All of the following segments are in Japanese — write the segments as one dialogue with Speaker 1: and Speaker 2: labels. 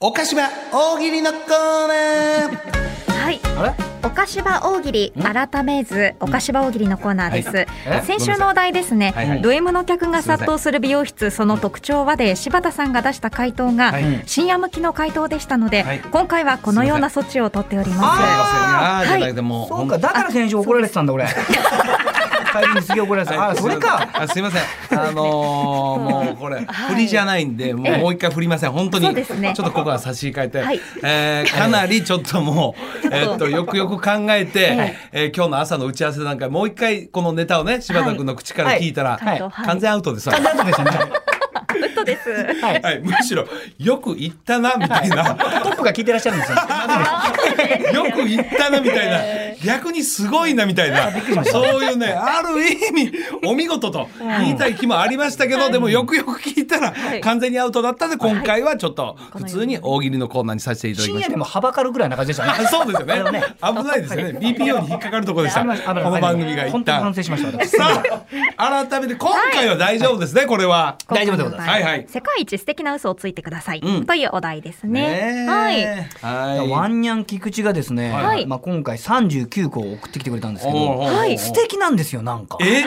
Speaker 1: お菓子は大喜利のコーナー
Speaker 2: はい。
Speaker 3: あれ
Speaker 2: おかしば大喜利改めずおかしば大喜利のコーナーです、
Speaker 3: え
Speaker 2: 先週のお題ですね、
Speaker 1: ごめんなさいはいはい
Speaker 2: ド M の客が殺到する美容室その特徴はで柴田さんが出した回答が
Speaker 1: はい
Speaker 2: 深夜向きの回答でしたので、
Speaker 1: はい
Speaker 2: 今回はこのような措置を取っておりま
Speaker 1: ああーじゃなくてもう
Speaker 3: そうかだから先週怒られてたん だ俺帰りにすげえ怒られてたあそれか
Speaker 1: あすいませんあのー、もうこれ振りじゃないんでもう
Speaker 2: ええ
Speaker 1: もう一回振りません本当に
Speaker 2: そうですね
Speaker 1: ちょっとここは差し控えて、
Speaker 2: はい
Speaker 1: えーかなりちょっともう
Speaker 2: ちょっと
Speaker 1: えっとよくよく考えて
Speaker 2: え、
Speaker 1: えー今日の朝の打ち合わせなんかもう一回このネタをね柴田君の口から聞いたら、
Speaker 2: す。回答はい
Speaker 1: 完全アウトですわ
Speaker 3: なんとでしたね
Speaker 2: ウッド です。
Speaker 3: はい
Speaker 1: はい、むしろよく言ったなみたいな
Speaker 3: トップが聞いてらっしゃるんですよ
Speaker 1: よく言ったなみたいな、逆にすごいなみたいな、そういうね、ある意味、お見事と言いたい気もありましたけど、でもよくよく聞いたら
Speaker 2: い、
Speaker 1: 完全にアウトだったんで、今回はちょっと普通に大喜利のコーナーにさせていただき
Speaker 3: 深
Speaker 1: ま
Speaker 3: 夜
Speaker 1: し
Speaker 3: でもはばかるぐらいな感じでしたね
Speaker 1: た。あ そうですよね
Speaker 3: あのね
Speaker 1: 危ないですよ ね BPO に引っかかるところでした
Speaker 3: 危
Speaker 1: こ
Speaker 3: ない危ない
Speaker 1: の番組が一
Speaker 3: 本当に
Speaker 1: 旦
Speaker 3: 反省しました私
Speaker 1: さあ改めて今回は大丈夫ですねこれは
Speaker 3: 大丈夫でございます
Speaker 1: はいはい
Speaker 2: 世界一素敵な嘘をついてください、
Speaker 1: うん
Speaker 2: というお題ですね。
Speaker 1: ね
Speaker 2: はい。
Speaker 1: えはい
Speaker 3: ワンニャン菊池がですね、
Speaker 1: はい
Speaker 3: まあ、今回39個送ってきてくれたんですけ
Speaker 1: おうおうお
Speaker 3: ど
Speaker 1: う
Speaker 2: はい
Speaker 3: 素敵なんですよなんか
Speaker 1: え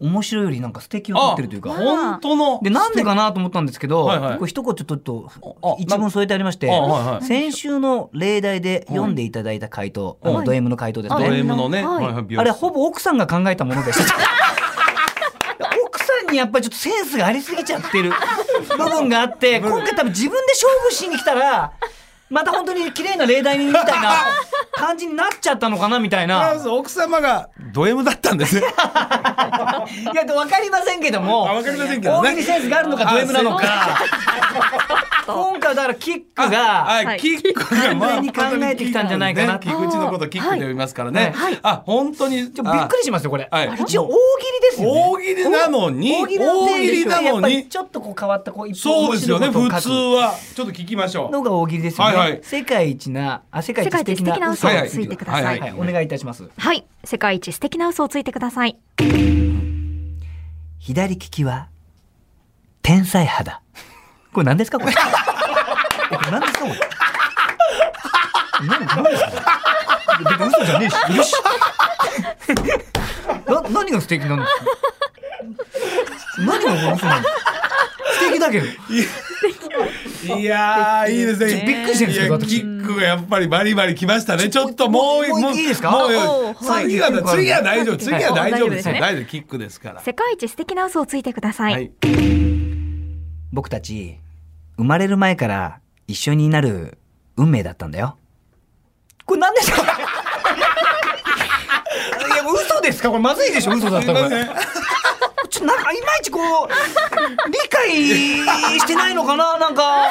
Speaker 3: 面白いよりなんか素敵を持
Speaker 1: あ
Speaker 3: ってるというか
Speaker 1: 本当の
Speaker 3: でなんでかなと思ったんですけど、
Speaker 1: はいはい
Speaker 3: これ一言ちょっと
Speaker 1: あ
Speaker 3: 一文添えてありまして、
Speaker 1: あはいはい
Speaker 3: 先週の例題で読んでいただいた回答、あの
Speaker 2: はい
Speaker 3: ド M の回答です
Speaker 2: あ
Speaker 3: ね、
Speaker 1: ド M のね
Speaker 2: はい
Speaker 1: はいはい美容室
Speaker 3: あれほぼ奥さんが考えたもので した奥さんにやっぱりちょっとセンスがありすぎちゃって る部分があって今回多分自分で勝負しに来たらまた本当に綺麗な例題にみたい な感じになっちゃったのかなみたいな
Speaker 1: まず奥様がド M だったんですね。
Speaker 3: いや分かりませんけども
Speaker 1: あわかりませんけどね
Speaker 3: 大喜利センスがあるのかド M なのか 今回だからキック が
Speaker 1: あ
Speaker 2: はい
Speaker 1: キックが
Speaker 3: 完全に考えてきたんじゃないかな
Speaker 1: キック口のことキックで呼びますからね。
Speaker 2: はい
Speaker 1: あ本当に
Speaker 3: ちょびっくりしますよこれ
Speaker 1: はい
Speaker 3: 一応大喜利ですよね
Speaker 1: 大喜利なのに
Speaker 3: 大喜利の
Speaker 1: 大喜利な
Speaker 3: やっぱ
Speaker 1: の
Speaker 3: り
Speaker 1: に
Speaker 3: ちょっとこう変わったこう一本
Speaker 1: そうですよね
Speaker 3: 面白い
Speaker 1: 普
Speaker 3: ことを書
Speaker 1: 通
Speaker 3: く
Speaker 1: はちょっと聞きましょう。
Speaker 3: のが大喜利ですよね、
Speaker 1: はいはい
Speaker 3: 世界一なあ世界
Speaker 2: 世
Speaker 3: 一
Speaker 2: 界
Speaker 3: 素
Speaker 2: 一
Speaker 3: 敵
Speaker 2: 素敵な
Speaker 3: な
Speaker 2: 嘘
Speaker 3: 嘘
Speaker 2: を
Speaker 3: を
Speaker 2: ついてください。
Speaker 1: は
Speaker 2: はいい、
Speaker 1: は
Speaker 3: はい、お願いいたします
Speaker 2: 世界一素敵な嘘をついてください。
Speaker 3: 左利きは天才肌これ何ですか これえこれ何ですかこれ何何ですかこれ別に嘘じゃねえしよしな何が素敵なんですか何がこの嘘なんですか素敵だけど
Speaker 1: いやーいいですね。
Speaker 3: びっくりしてるんですけど
Speaker 1: いや
Speaker 3: 私
Speaker 1: キックがやっぱりバリバリきましたね。ちょっともう
Speaker 3: もうもういいですか
Speaker 1: もう
Speaker 2: おうはい
Speaker 1: 次は次は大丈夫次は大丈夫ですよ。
Speaker 2: はい
Speaker 1: 大丈夫キックですから。
Speaker 2: 世界一素敵な嘘をついてください。
Speaker 1: はい
Speaker 3: 僕たち生まれる前から一緒になる運命だったんだよこれ何ですか いやもう嘘ですかこれまずいでしょ嘘だった
Speaker 1: すい
Speaker 3: ら
Speaker 1: ま
Speaker 3: こ
Speaker 1: せ
Speaker 3: れ
Speaker 1: ん。
Speaker 3: ちょなんかいまいちこう理解してないのかななんか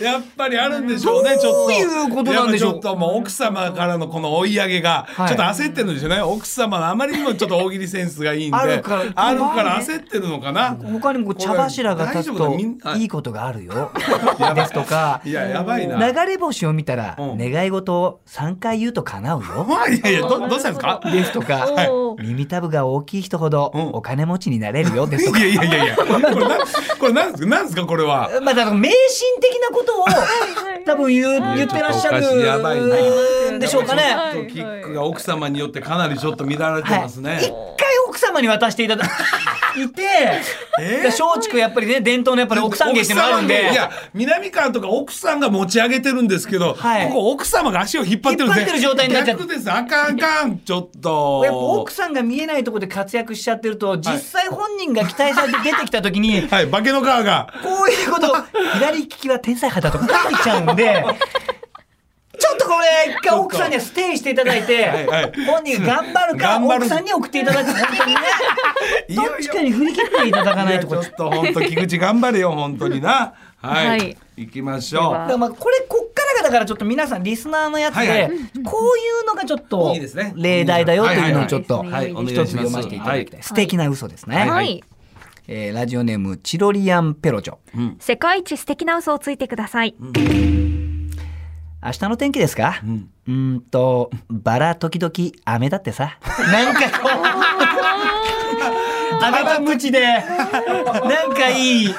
Speaker 1: やっぱりあるんでしょうね、ちょっと。
Speaker 3: どういうことなんでしょう
Speaker 1: やっぱちょっともう奥様からのこの追い上げが、ちょ
Speaker 3: い
Speaker 1: っと焦ってるんでしょうね。奥様のあまりにもちょっと大喜利センスがいいんで。
Speaker 3: あるから
Speaker 1: あるから焦ってるのかな。
Speaker 3: 他にもこう茶柱が立つ
Speaker 1: これ大丈夫だ
Speaker 3: と
Speaker 1: みんあ
Speaker 3: いいことがあるよですとか
Speaker 1: いや、やばいな。
Speaker 3: 流れ星を見たら
Speaker 1: うん
Speaker 3: 願い事を3回言うと叶うよ
Speaker 1: い。いやいや、どどうしたんですか
Speaker 3: ですとか
Speaker 2: おー
Speaker 3: 耳たぶが大きい人ほど
Speaker 1: うん
Speaker 3: お金持ちになれるよですとか
Speaker 1: い やいやいやいや、これな、これなんですか、なんですか、これは。
Speaker 3: まあ、だから迷信的なことを多分言う言ってらっしゃ
Speaker 1: ちょっとおかしいやばいな
Speaker 3: るんでしょうかね。
Speaker 1: ちょっとキックが奥様によってかなりちょっと乱れて
Speaker 3: はい
Speaker 1: ますね。
Speaker 3: 一回奥様に渡していただ いて、
Speaker 1: えー
Speaker 3: で松竹やっぱりね伝統のやっぱり奥さん芸っていうのがあるん
Speaker 1: 奥
Speaker 3: で
Speaker 1: さ芸いや南川とか奥さんが持ち上げてるんですけど、
Speaker 3: はい
Speaker 1: ここ奥様が足を引っ張ってるん
Speaker 3: 引
Speaker 1: ですね
Speaker 3: っ張ってる状態になっちゃって
Speaker 1: 逆ですあかんあかんちょっと
Speaker 3: やっぱ奥さんが見えないところで活躍しちゃってると実際本人が期待されて出てきた時 に。
Speaker 1: はい化けの皮が
Speaker 3: こういうこと、左利きは天才肌とか書いちゃうんで、ちょっとこれ、一回奥さんにはステイしていただいて、
Speaker 1: いはい
Speaker 3: 本人が頑張るか、
Speaker 1: 頑張る
Speaker 3: 奥さんに送っていただく、本当にね、
Speaker 1: い
Speaker 3: ど
Speaker 1: やい
Speaker 3: っ
Speaker 1: や
Speaker 3: ちかに振り切っていただか
Speaker 1: い
Speaker 3: ない
Speaker 1: や
Speaker 3: と
Speaker 1: ち
Speaker 3: こ
Speaker 1: ょ
Speaker 3: れ。
Speaker 1: っと本当菊池頑張れよ本当になはい、
Speaker 2: はいい、
Speaker 1: 行きまし
Speaker 2: で
Speaker 1: ょ
Speaker 2: は
Speaker 3: だからまあこれこっからがだからちょっと皆さんリスナーのやつで、
Speaker 1: はいはい
Speaker 3: こういうのがちょっと
Speaker 1: いいですね
Speaker 3: 例題だよというのをちょっと
Speaker 1: うはいお願いし
Speaker 3: 一
Speaker 1: ま
Speaker 3: つ
Speaker 1: す
Speaker 3: 読ませていただきたい、
Speaker 1: はい
Speaker 3: 素敵な嘘ですね、
Speaker 1: はい
Speaker 2: はい。
Speaker 3: えーラジオネームチロリアンペロチョ
Speaker 2: 世界一素敵な嘘をついてください。
Speaker 3: 明日の天気ですか、
Speaker 1: ん
Speaker 3: うーん とバラ時々雨だってさなんかこう雨とムチで、なんかいい。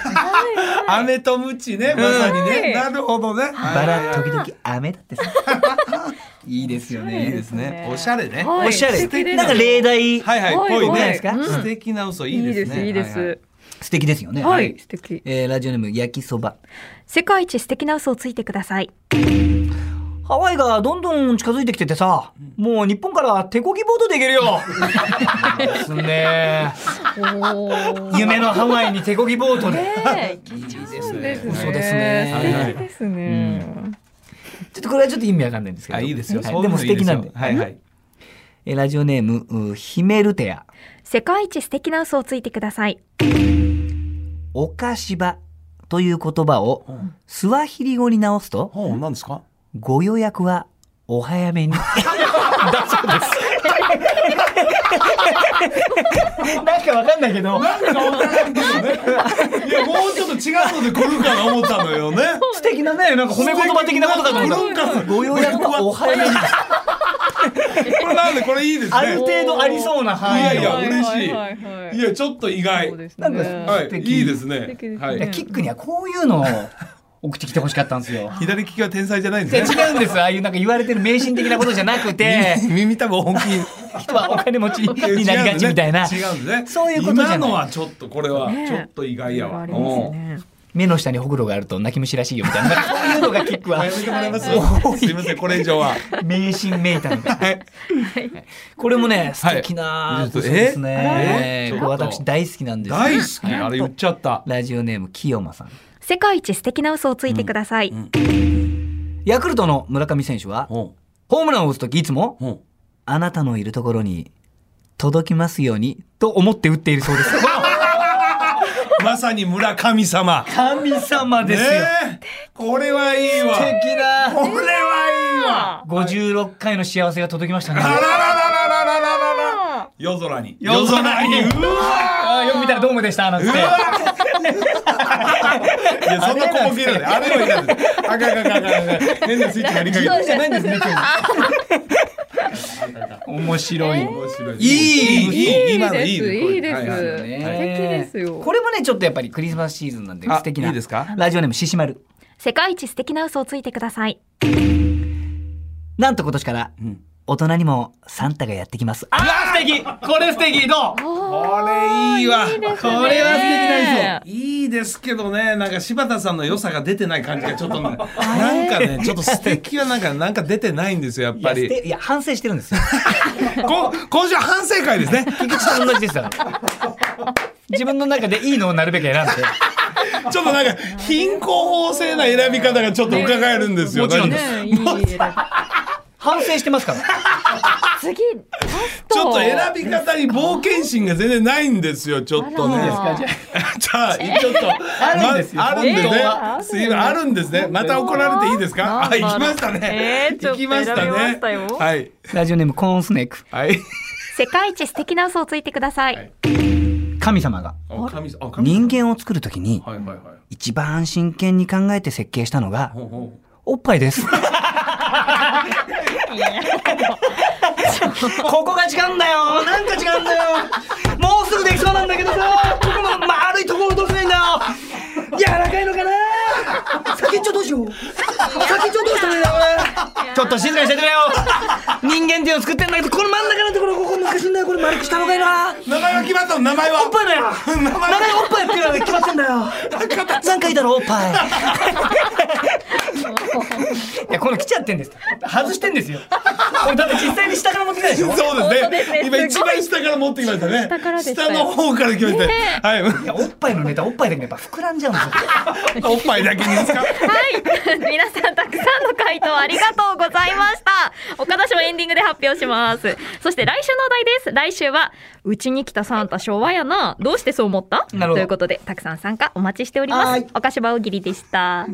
Speaker 1: 飴とムチね、まさにね。なるほどね。
Speaker 3: バラ時々雨だってさ。 いいですよね。いいですね。
Speaker 1: おしゃれね。
Speaker 2: はい
Speaker 3: おしゃれ
Speaker 2: 素敵。です
Speaker 3: なんか例題、
Speaker 1: はいはい、
Speaker 2: はい
Speaker 1: ぽい
Speaker 3: ないで
Speaker 1: ね
Speaker 3: す。か
Speaker 1: 素敵な嘘、いい
Speaker 2: いい
Speaker 1: で
Speaker 2: ですす、
Speaker 1: ね。
Speaker 2: いいです。
Speaker 1: は
Speaker 2: はい
Speaker 1: はい
Speaker 3: 素敵ですよね。
Speaker 2: 素敵。
Speaker 3: えーラジオネーム焼きそば。
Speaker 2: 世界一素敵な嘘をついてください。
Speaker 3: ハワイがどんどん近づいてきててさ、もう日本から手こぎボートで行けるよ。ですね。夢のハワイに手こぎボートで。
Speaker 2: ですね。
Speaker 3: 嘘ですね
Speaker 2: 素敵ですね。
Speaker 3: ちょっとこれはちょっと意味わかんないんですけど。
Speaker 1: あ、いいですよ。
Speaker 3: は
Speaker 1: そういう
Speaker 3: でも
Speaker 1: のい
Speaker 3: 素
Speaker 1: いで
Speaker 3: 敵
Speaker 1: す
Speaker 3: な
Speaker 1: よ
Speaker 3: んで。
Speaker 1: はいはい。
Speaker 3: えーラジオネームうーヒメルテア。
Speaker 2: 世界一素敵な嘘をついてください。
Speaker 3: おかしばという言葉をスワヒリ語に直すと、
Speaker 1: ほう、なんですか。
Speaker 3: ご予約はお早 めに。だそうです。なんかわかんないけど、
Speaker 1: なんかわからんけどね。いや、もうちょっと違うので来るかな思ったのよね。
Speaker 3: 素敵なね、なんか褒め言葉的なことかと思
Speaker 1: 来
Speaker 3: っ
Speaker 1: るか
Speaker 3: た。ご予約はお早めに。
Speaker 1: これなんで、これいいです
Speaker 3: ある
Speaker 1: ね。
Speaker 3: 程度ありそうな範囲の。
Speaker 1: いやいや嬉しい
Speaker 4: はいはいはい
Speaker 1: いや、ちょっと意外
Speaker 4: そう。です
Speaker 3: なんか
Speaker 4: ね
Speaker 1: は
Speaker 3: 素
Speaker 1: い、
Speaker 3: 敵
Speaker 1: いいですね
Speaker 4: 敵で。すね
Speaker 1: はい
Speaker 4: や。
Speaker 3: キックにはこういうのを送ってきてほしかったんですよ。
Speaker 1: 左利きは天才じゃないん
Speaker 3: いや
Speaker 1: ですね。
Speaker 3: 違うんです。ああいうなんか言われてる迷信的なことじゃなくて、
Speaker 1: 耳たぶ本 気
Speaker 3: 人はお金持ち になりがちみたいな。
Speaker 1: 違うんですね。
Speaker 3: そういうことじゃない
Speaker 1: 今のはちょっとこれは
Speaker 2: ね
Speaker 1: ちょっと意外やわ。
Speaker 2: ありますよ
Speaker 1: うん
Speaker 2: ね。
Speaker 3: 目の下にほくろがあると泣き虫らしいよみたい な。そういうのがキック
Speaker 1: あ
Speaker 3: は
Speaker 1: やめてもらいます
Speaker 3: 多。い
Speaker 1: すみませんこれ以上は。
Speaker 3: 迷信めいたみたいな。これもね、素敵なことです
Speaker 1: え
Speaker 3: ね。
Speaker 1: え
Speaker 3: これ私大好きなんですよ。
Speaker 1: 大好きあれ言っちゃった。
Speaker 3: ラジオネーム、清間さん。
Speaker 2: 世界一素敵な嘘をついてください。
Speaker 3: ヤクルトの村上選手は、
Speaker 1: ほ
Speaker 3: ホームランを打つときいつも
Speaker 1: う、ほ
Speaker 3: あなたのいるところに届きますようにと思って打っているそう です。
Speaker 1: うまさに村神様。
Speaker 3: 神様ですよ。
Speaker 1: ねえこれはいいわ。
Speaker 3: 素敵な。
Speaker 1: これはいいわ。
Speaker 3: 56回の幸せが届きましたね。
Speaker 1: あららららららららら。夜空に。夜空に。うわ。
Speaker 3: あーよく見たらドームでしたなんつって。
Speaker 1: いやそんな小ボケるね。あれはいらない。あかんあかんあかんあかんあかん。変なスイッチがりかけてる。
Speaker 3: じゃないんですね。面白い。
Speaker 1: 面白い
Speaker 3: いい
Speaker 1: いい今のいい
Speaker 4: ですいいです
Speaker 1: はいはい
Speaker 4: 素敵ですよ
Speaker 3: これもねちょっとやっぱりクリスマスシーズンなんで
Speaker 1: あ
Speaker 3: 素敵ない
Speaker 1: いですか
Speaker 3: ラジオネームシシマル
Speaker 2: 世界一素敵な嘘をついてください。
Speaker 3: なんと今年から
Speaker 1: ん
Speaker 3: 大人にもサンタがやってきますあー素敵これ素敵どう
Speaker 1: これいいわ。
Speaker 3: これは素敵なぞ
Speaker 1: いいですけどね、なんか柴田さんの良さが出てない感じがちょっとね、なんかね、ちょっと素敵はなんか、なんか出てないんですよ、やっ
Speaker 3: い
Speaker 1: ぱ
Speaker 3: や捨
Speaker 1: り。
Speaker 3: ていや反省してるんですよ
Speaker 1: こ今週は反省会ですね。
Speaker 3: 結局それ同じですよ自分の中でいいのをなるべく選んで
Speaker 1: ちょっとなんか、貧困法制な選び方がちょっと伺えるんですよ。
Speaker 3: もちろんです
Speaker 4: ねいいです
Speaker 3: 反省してますから
Speaker 2: 次、ラスト。
Speaker 1: ちょっと選び方に冒険心が全然ないんですよ、ちょっとね。
Speaker 2: あら
Speaker 1: じゃあ、ちょっと、
Speaker 3: るんですよ
Speaker 1: まあるんでね
Speaker 3: 本当。
Speaker 1: すいませんあるんですね。また怒られていいですか。
Speaker 4: なん
Speaker 1: あ、
Speaker 4: だ
Speaker 1: 行
Speaker 4: ろう
Speaker 1: きましたね。
Speaker 4: えーちょっ
Speaker 1: 行
Speaker 4: と
Speaker 1: きました
Speaker 4: 選びま
Speaker 1: ね
Speaker 4: したよ。
Speaker 1: はい。
Speaker 3: ラジオネームコーンスネーク
Speaker 1: はい。
Speaker 2: 世界一素敵な嘘をついてください。
Speaker 1: はい
Speaker 3: 神様が
Speaker 1: あ神様あ神様
Speaker 3: 人間を作るときに
Speaker 1: はいはいはい。
Speaker 3: 一番真剣に考えて設計したのが
Speaker 1: ほうほう
Speaker 3: おっぱい です。ここが違うんだよ。なんか違うんだよ。もうすぐできそうなんだけどさ、ここの丸いところどうすりゃいいんだよ。柔らかいのかな。先っちょどうしよう。先っちょどうしたらいいんだろうね。ちょっと静かにしてくれよ。人間っていうのを作ってんだけど、この真ん中のところここ難しいんだよ。これ丸くしたのがいいな。
Speaker 1: 名前は決まったの名前は
Speaker 3: おっぱいだよ。名前おっぱいっていうのが決まってんだよ。なんかいいだろおっぱい。いやこの来ちゃってんです。外してんですよ。これだって実際に下から持ってきたでしょ。
Speaker 1: そうです
Speaker 4: す
Speaker 1: ね。
Speaker 4: ね
Speaker 1: 今一番下から持ってきましたね。下
Speaker 4: からでしたよ
Speaker 1: の方から決めて。はい。
Speaker 3: いやおっぱいのネタおっぱいだけやっぱ膨らんじゃうんですよ。
Speaker 1: おっぱいだけにですか。
Speaker 2: はい。 皆さんたくさんの回答ありがとうございました。岡田氏もエンディングで発表します。そして来週のお題です。来週は、うちに来たサンタ昭和やな。どうしてそう思った
Speaker 3: なるほど
Speaker 2: ということで、たくさん参加お待ちしておりま
Speaker 3: は
Speaker 2: す
Speaker 3: い。
Speaker 2: 岡島大喜利でした。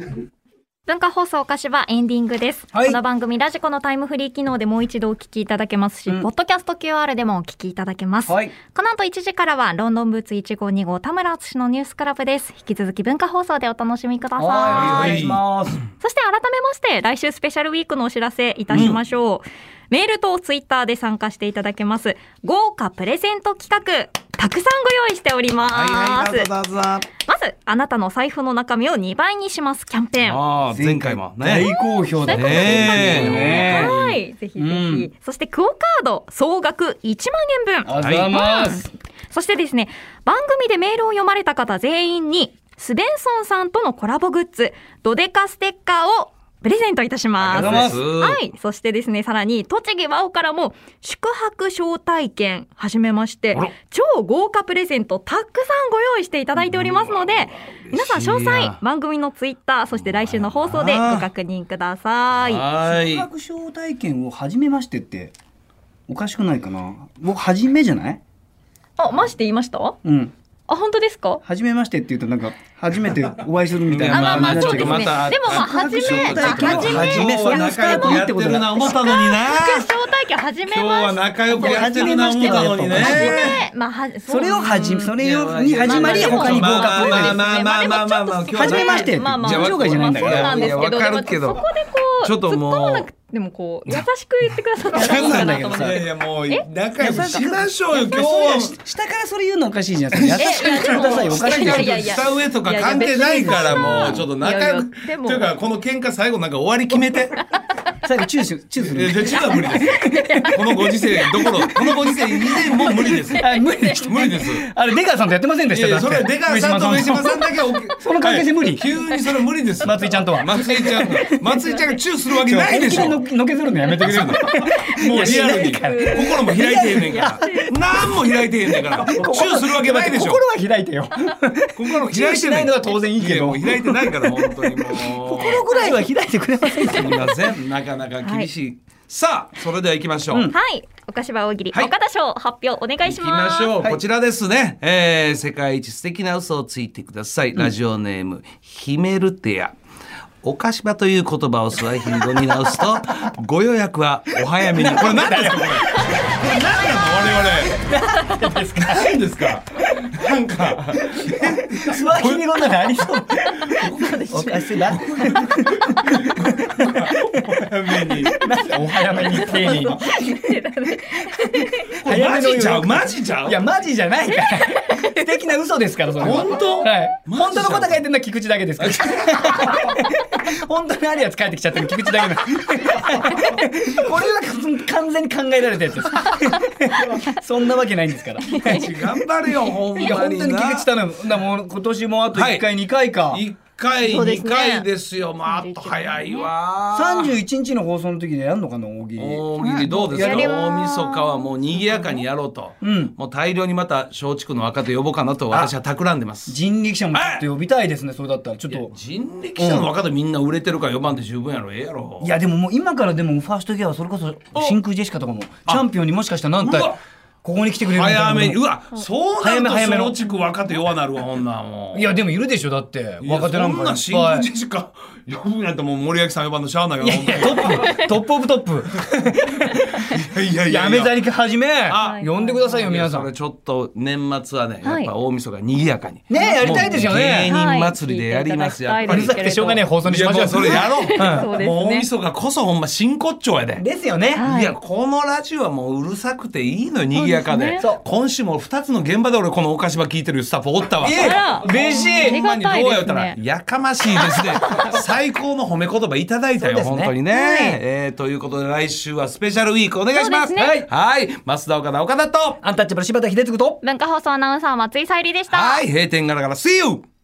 Speaker 2: 文化放送岡芝エンディングです、
Speaker 3: はい
Speaker 2: この番組ラジコのタイムフリー機能でもう一度お聞きいただけますし、ポッドキャスト QR でもお聞きいただけます、
Speaker 3: はい
Speaker 2: この後1時からはロンドンブーツ152号田村敦のニュースクラブです引き続き文化放送でお楽しみください
Speaker 1: い
Speaker 3: お願いします。
Speaker 2: そして改めまして来週スペシャルウィークのお知らせいたしましょう、メールとツイッターで参加していただけます豪華プレゼント企画たくさんご用意しております。
Speaker 1: はいはい、どうぞどうぞ。
Speaker 2: まず、あなたの財布の中身を2倍にしますキャンペーン。
Speaker 1: ああ、前回も
Speaker 5: 大
Speaker 1: ね。
Speaker 5: 好評だ
Speaker 1: ねえ
Speaker 5: ね
Speaker 2: はい、ぜひぜひ、
Speaker 5: うん
Speaker 2: そしてクオカード総額1万円分
Speaker 5: あざーます。
Speaker 2: そしてですね番組でメールを読まれた方全員にスベンソンさんとのコラボグッズドデカステッカーをプレゼントいたします。
Speaker 5: ありが
Speaker 1: とうございます
Speaker 2: はい。そしてですね、さらに、栃木和尾からも、宿泊招待券、はじめまして
Speaker 1: あら、
Speaker 2: 超豪華プレゼント、たくさんご用意していただいておりますので、皆さん、詳
Speaker 1: 嬉しい
Speaker 2: 細
Speaker 1: な、
Speaker 2: 番組のツイッター、そして来週の放送でご確認ください。
Speaker 1: はい
Speaker 3: 宿。泊招待券を初めましてっておかしくないかな僕初めじゃない
Speaker 2: あ、まして言いました
Speaker 3: うん
Speaker 2: あ、本当ですか
Speaker 3: 初めましてって言うとなんか初めてお会いするみたい
Speaker 1: ま
Speaker 2: あ、
Speaker 1: あ
Speaker 3: な
Speaker 2: まあまあ、
Speaker 3: 感じ
Speaker 2: そう
Speaker 3: に
Speaker 2: ですね。で
Speaker 3: な
Speaker 2: も
Speaker 3: っちゃうけ
Speaker 2: まあ、初め、
Speaker 3: ど
Speaker 2: 初め、
Speaker 1: 初
Speaker 3: それを
Speaker 1: め、仲良くやってるな、思ったのにな。
Speaker 2: 招待券、初めまして。
Speaker 1: 今日は仲良くやってるな、思ったのに
Speaker 3: 初めましてだよ
Speaker 1: ね。
Speaker 2: まあ、はじ
Speaker 3: それを始めそれをに
Speaker 1: いや
Speaker 3: 始まり
Speaker 1: まあ
Speaker 3: 他に豪華プレゼント
Speaker 1: まあまあまあまあまあまあまあまあ
Speaker 3: ね
Speaker 1: 今日は
Speaker 3: 初めまして
Speaker 2: まあまあ
Speaker 3: 自己紹介じゃないんだから
Speaker 2: そうなんですけど
Speaker 1: いやわかるけ
Speaker 2: で
Speaker 1: ど
Speaker 2: もそこでこう
Speaker 1: ちょっともう
Speaker 2: 突っ込まなくてもこう優しく言ってくださったらいいかなと思っ
Speaker 3: そ
Speaker 1: いや
Speaker 2: て
Speaker 1: いや、もう、仲良くしましょうよ、今日
Speaker 3: そうや
Speaker 1: は。
Speaker 3: し下からそれ言うのおかしいじゃん優しく言ってくださいよおかしいじゃん
Speaker 2: いやいや
Speaker 1: 下上とか関係ないからもうちょっと仲良く
Speaker 2: いやいやでも
Speaker 1: というかこの喧嘩最後なんか終わり決めて
Speaker 3: 最後チューしチューす
Speaker 1: いや
Speaker 3: る
Speaker 1: じゃあちょっと無理ですこのご時世どころこのご時世以前もう無理です
Speaker 3: あ無理でした
Speaker 1: 無理です
Speaker 3: あれ出川さんとやってませんで
Speaker 1: い
Speaker 3: し
Speaker 1: や
Speaker 3: た
Speaker 1: いやそれは出川さんと上島
Speaker 3: ん
Speaker 1: さんだけは OK
Speaker 3: その関係性無理
Speaker 1: はい急にそれ無理です
Speaker 3: 松井ちゃんとは
Speaker 1: 松井 ちゃん松井ちゃんがチューするわけないでしょ
Speaker 3: ののけぞるのやめてくれるの
Speaker 1: もうリアル
Speaker 3: いやしな
Speaker 1: に
Speaker 3: いから
Speaker 1: 心も開いてへんねん から何も開いてへんねんからチューするわけだけでしょ
Speaker 3: 心は開いてよ
Speaker 1: 心も
Speaker 3: チューしないのは当然いいけど
Speaker 1: やもう開いてないから本当にもう
Speaker 3: 心ぐらいは開いてくれませんか
Speaker 1: すみません、なかなか厳しい。さあ、それでは行きましょう。行
Speaker 2: はいお菓子場大喜利
Speaker 1: はい
Speaker 2: 岡田賞発表お願いし
Speaker 1: き
Speaker 2: ま
Speaker 1: ますしょう、
Speaker 3: はい
Speaker 1: こちらですね、えー世界一素敵な嘘をついてください、ラジオネームヒメルテアお菓子場という言葉をスワヒリ語に直 すとご予約はお早めにこれ何ですかこれこれ何ですか我々何ですかなんか
Speaker 3: スワヒリ語なんかありそう おかしいな
Speaker 1: お早めに
Speaker 3: お早めに丁 寧に
Speaker 1: これマジちゃうマジちゃう
Speaker 3: いやマジじゃないから 素敵な嘘ですからそれは
Speaker 1: 本当
Speaker 3: はい
Speaker 1: マジじゃ
Speaker 3: 本当
Speaker 1: ん
Speaker 3: のこと書いてるのは菊池だけですから本当にあるやつ帰ってきちゃってる菊池だけのこれは完全に考えられたやつです そんなわけないんですから
Speaker 1: 頑張れよほん
Speaker 3: い
Speaker 1: まに
Speaker 3: や
Speaker 1: な
Speaker 3: 本当に菊池頼むなもう今年もあと1
Speaker 1: は
Speaker 3: 回2回か
Speaker 1: 一回、
Speaker 2: そうです
Speaker 1: 二
Speaker 2: ね
Speaker 1: 回ですよ。まあ、あと早いわ。
Speaker 3: 31日の放送の時にやるのかな大喜利
Speaker 1: 大喜利どうですか
Speaker 2: や
Speaker 1: 大
Speaker 2: り
Speaker 1: 晦
Speaker 2: ます
Speaker 1: 日はもう賑やかにやろうと、
Speaker 3: うん
Speaker 1: もう大量にまた松竹の若手呼ぼうかなと私は企んでます
Speaker 3: 人力車もちょっと呼びたいですねそれだったらちょっ
Speaker 1: いや
Speaker 3: と
Speaker 1: 人力車の若手みんな売れてるから呼ばんで十分やろええやろ
Speaker 3: いやでももう今からでもファーストギアはそれこそ真空ジェシカとかもチャンピオンにもしかしたら何
Speaker 1: う
Speaker 3: 体
Speaker 1: わ
Speaker 3: ここに来てくれるみたいな
Speaker 1: 早
Speaker 3: のも
Speaker 1: めにうわそうな
Speaker 3: 早
Speaker 1: る
Speaker 3: め
Speaker 1: と
Speaker 3: 早めの
Speaker 1: 松竹若手弱なるわほんなんもう
Speaker 3: いやでもいるでしょだって
Speaker 1: いや
Speaker 3: 若手なん
Speaker 1: そんな
Speaker 3: か
Speaker 1: ん
Speaker 3: い
Speaker 1: 新
Speaker 3: っぱい
Speaker 1: 人しか呼ぶなんてもう森脇さん呼ばんのしゃあないよ
Speaker 3: いやいやトップトップオブトップ
Speaker 1: ほんまにいやい
Speaker 3: やめざりきはじめ
Speaker 1: あ
Speaker 3: 呼んでくださいよ皆さ
Speaker 1: それ
Speaker 3: ん
Speaker 1: ちょっと年末はねや
Speaker 2: は
Speaker 1: っ
Speaker 2: い
Speaker 1: ぱ大晦日賑やかに
Speaker 3: ねえやりたいですよね
Speaker 1: もう芸人祭りでやりますや
Speaker 2: はい聞
Speaker 1: っぱ
Speaker 3: う
Speaker 2: い
Speaker 3: る
Speaker 1: り
Speaker 2: ていただきたいです
Speaker 3: さくてしょうがねえ放送に
Speaker 1: い
Speaker 3: し
Speaker 1: や
Speaker 3: まし
Speaker 1: も
Speaker 3: ょ
Speaker 1: う
Speaker 3: う
Speaker 1: それやろう
Speaker 2: そうですね
Speaker 1: もう大晦日こそほんま真骨頂やで
Speaker 3: ですよね
Speaker 2: はい
Speaker 1: いやこのラジオはもううるさくていいのよ賑やか
Speaker 2: そう
Speaker 1: で
Speaker 2: です
Speaker 3: ねそう
Speaker 1: 今週も2つの現場で俺このお菓子場聞いてるスタッフおったわ
Speaker 3: え
Speaker 2: あら
Speaker 3: え嬉し
Speaker 2: あり
Speaker 3: い
Speaker 2: がたい
Speaker 1: どう
Speaker 2: で
Speaker 1: やっ
Speaker 2: す
Speaker 1: たら
Speaker 2: ね
Speaker 1: やかましいで すね最高の褒め言葉いただいたよ、
Speaker 3: そうですね
Speaker 1: 本当にね、
Speaker 2: はい
Speaker 1: えーということで来週はスペシャルウィークお願いします
Speaker 2: そうですね
Speaker 1: はいはい増田岡田岡田と
Speaker 3: アンタッチャブル柴田秀嗣と
Speaker 2: 文化放送アナウンサー松井さゆりでした
Speaker 1: はい閉店ガラガラ See you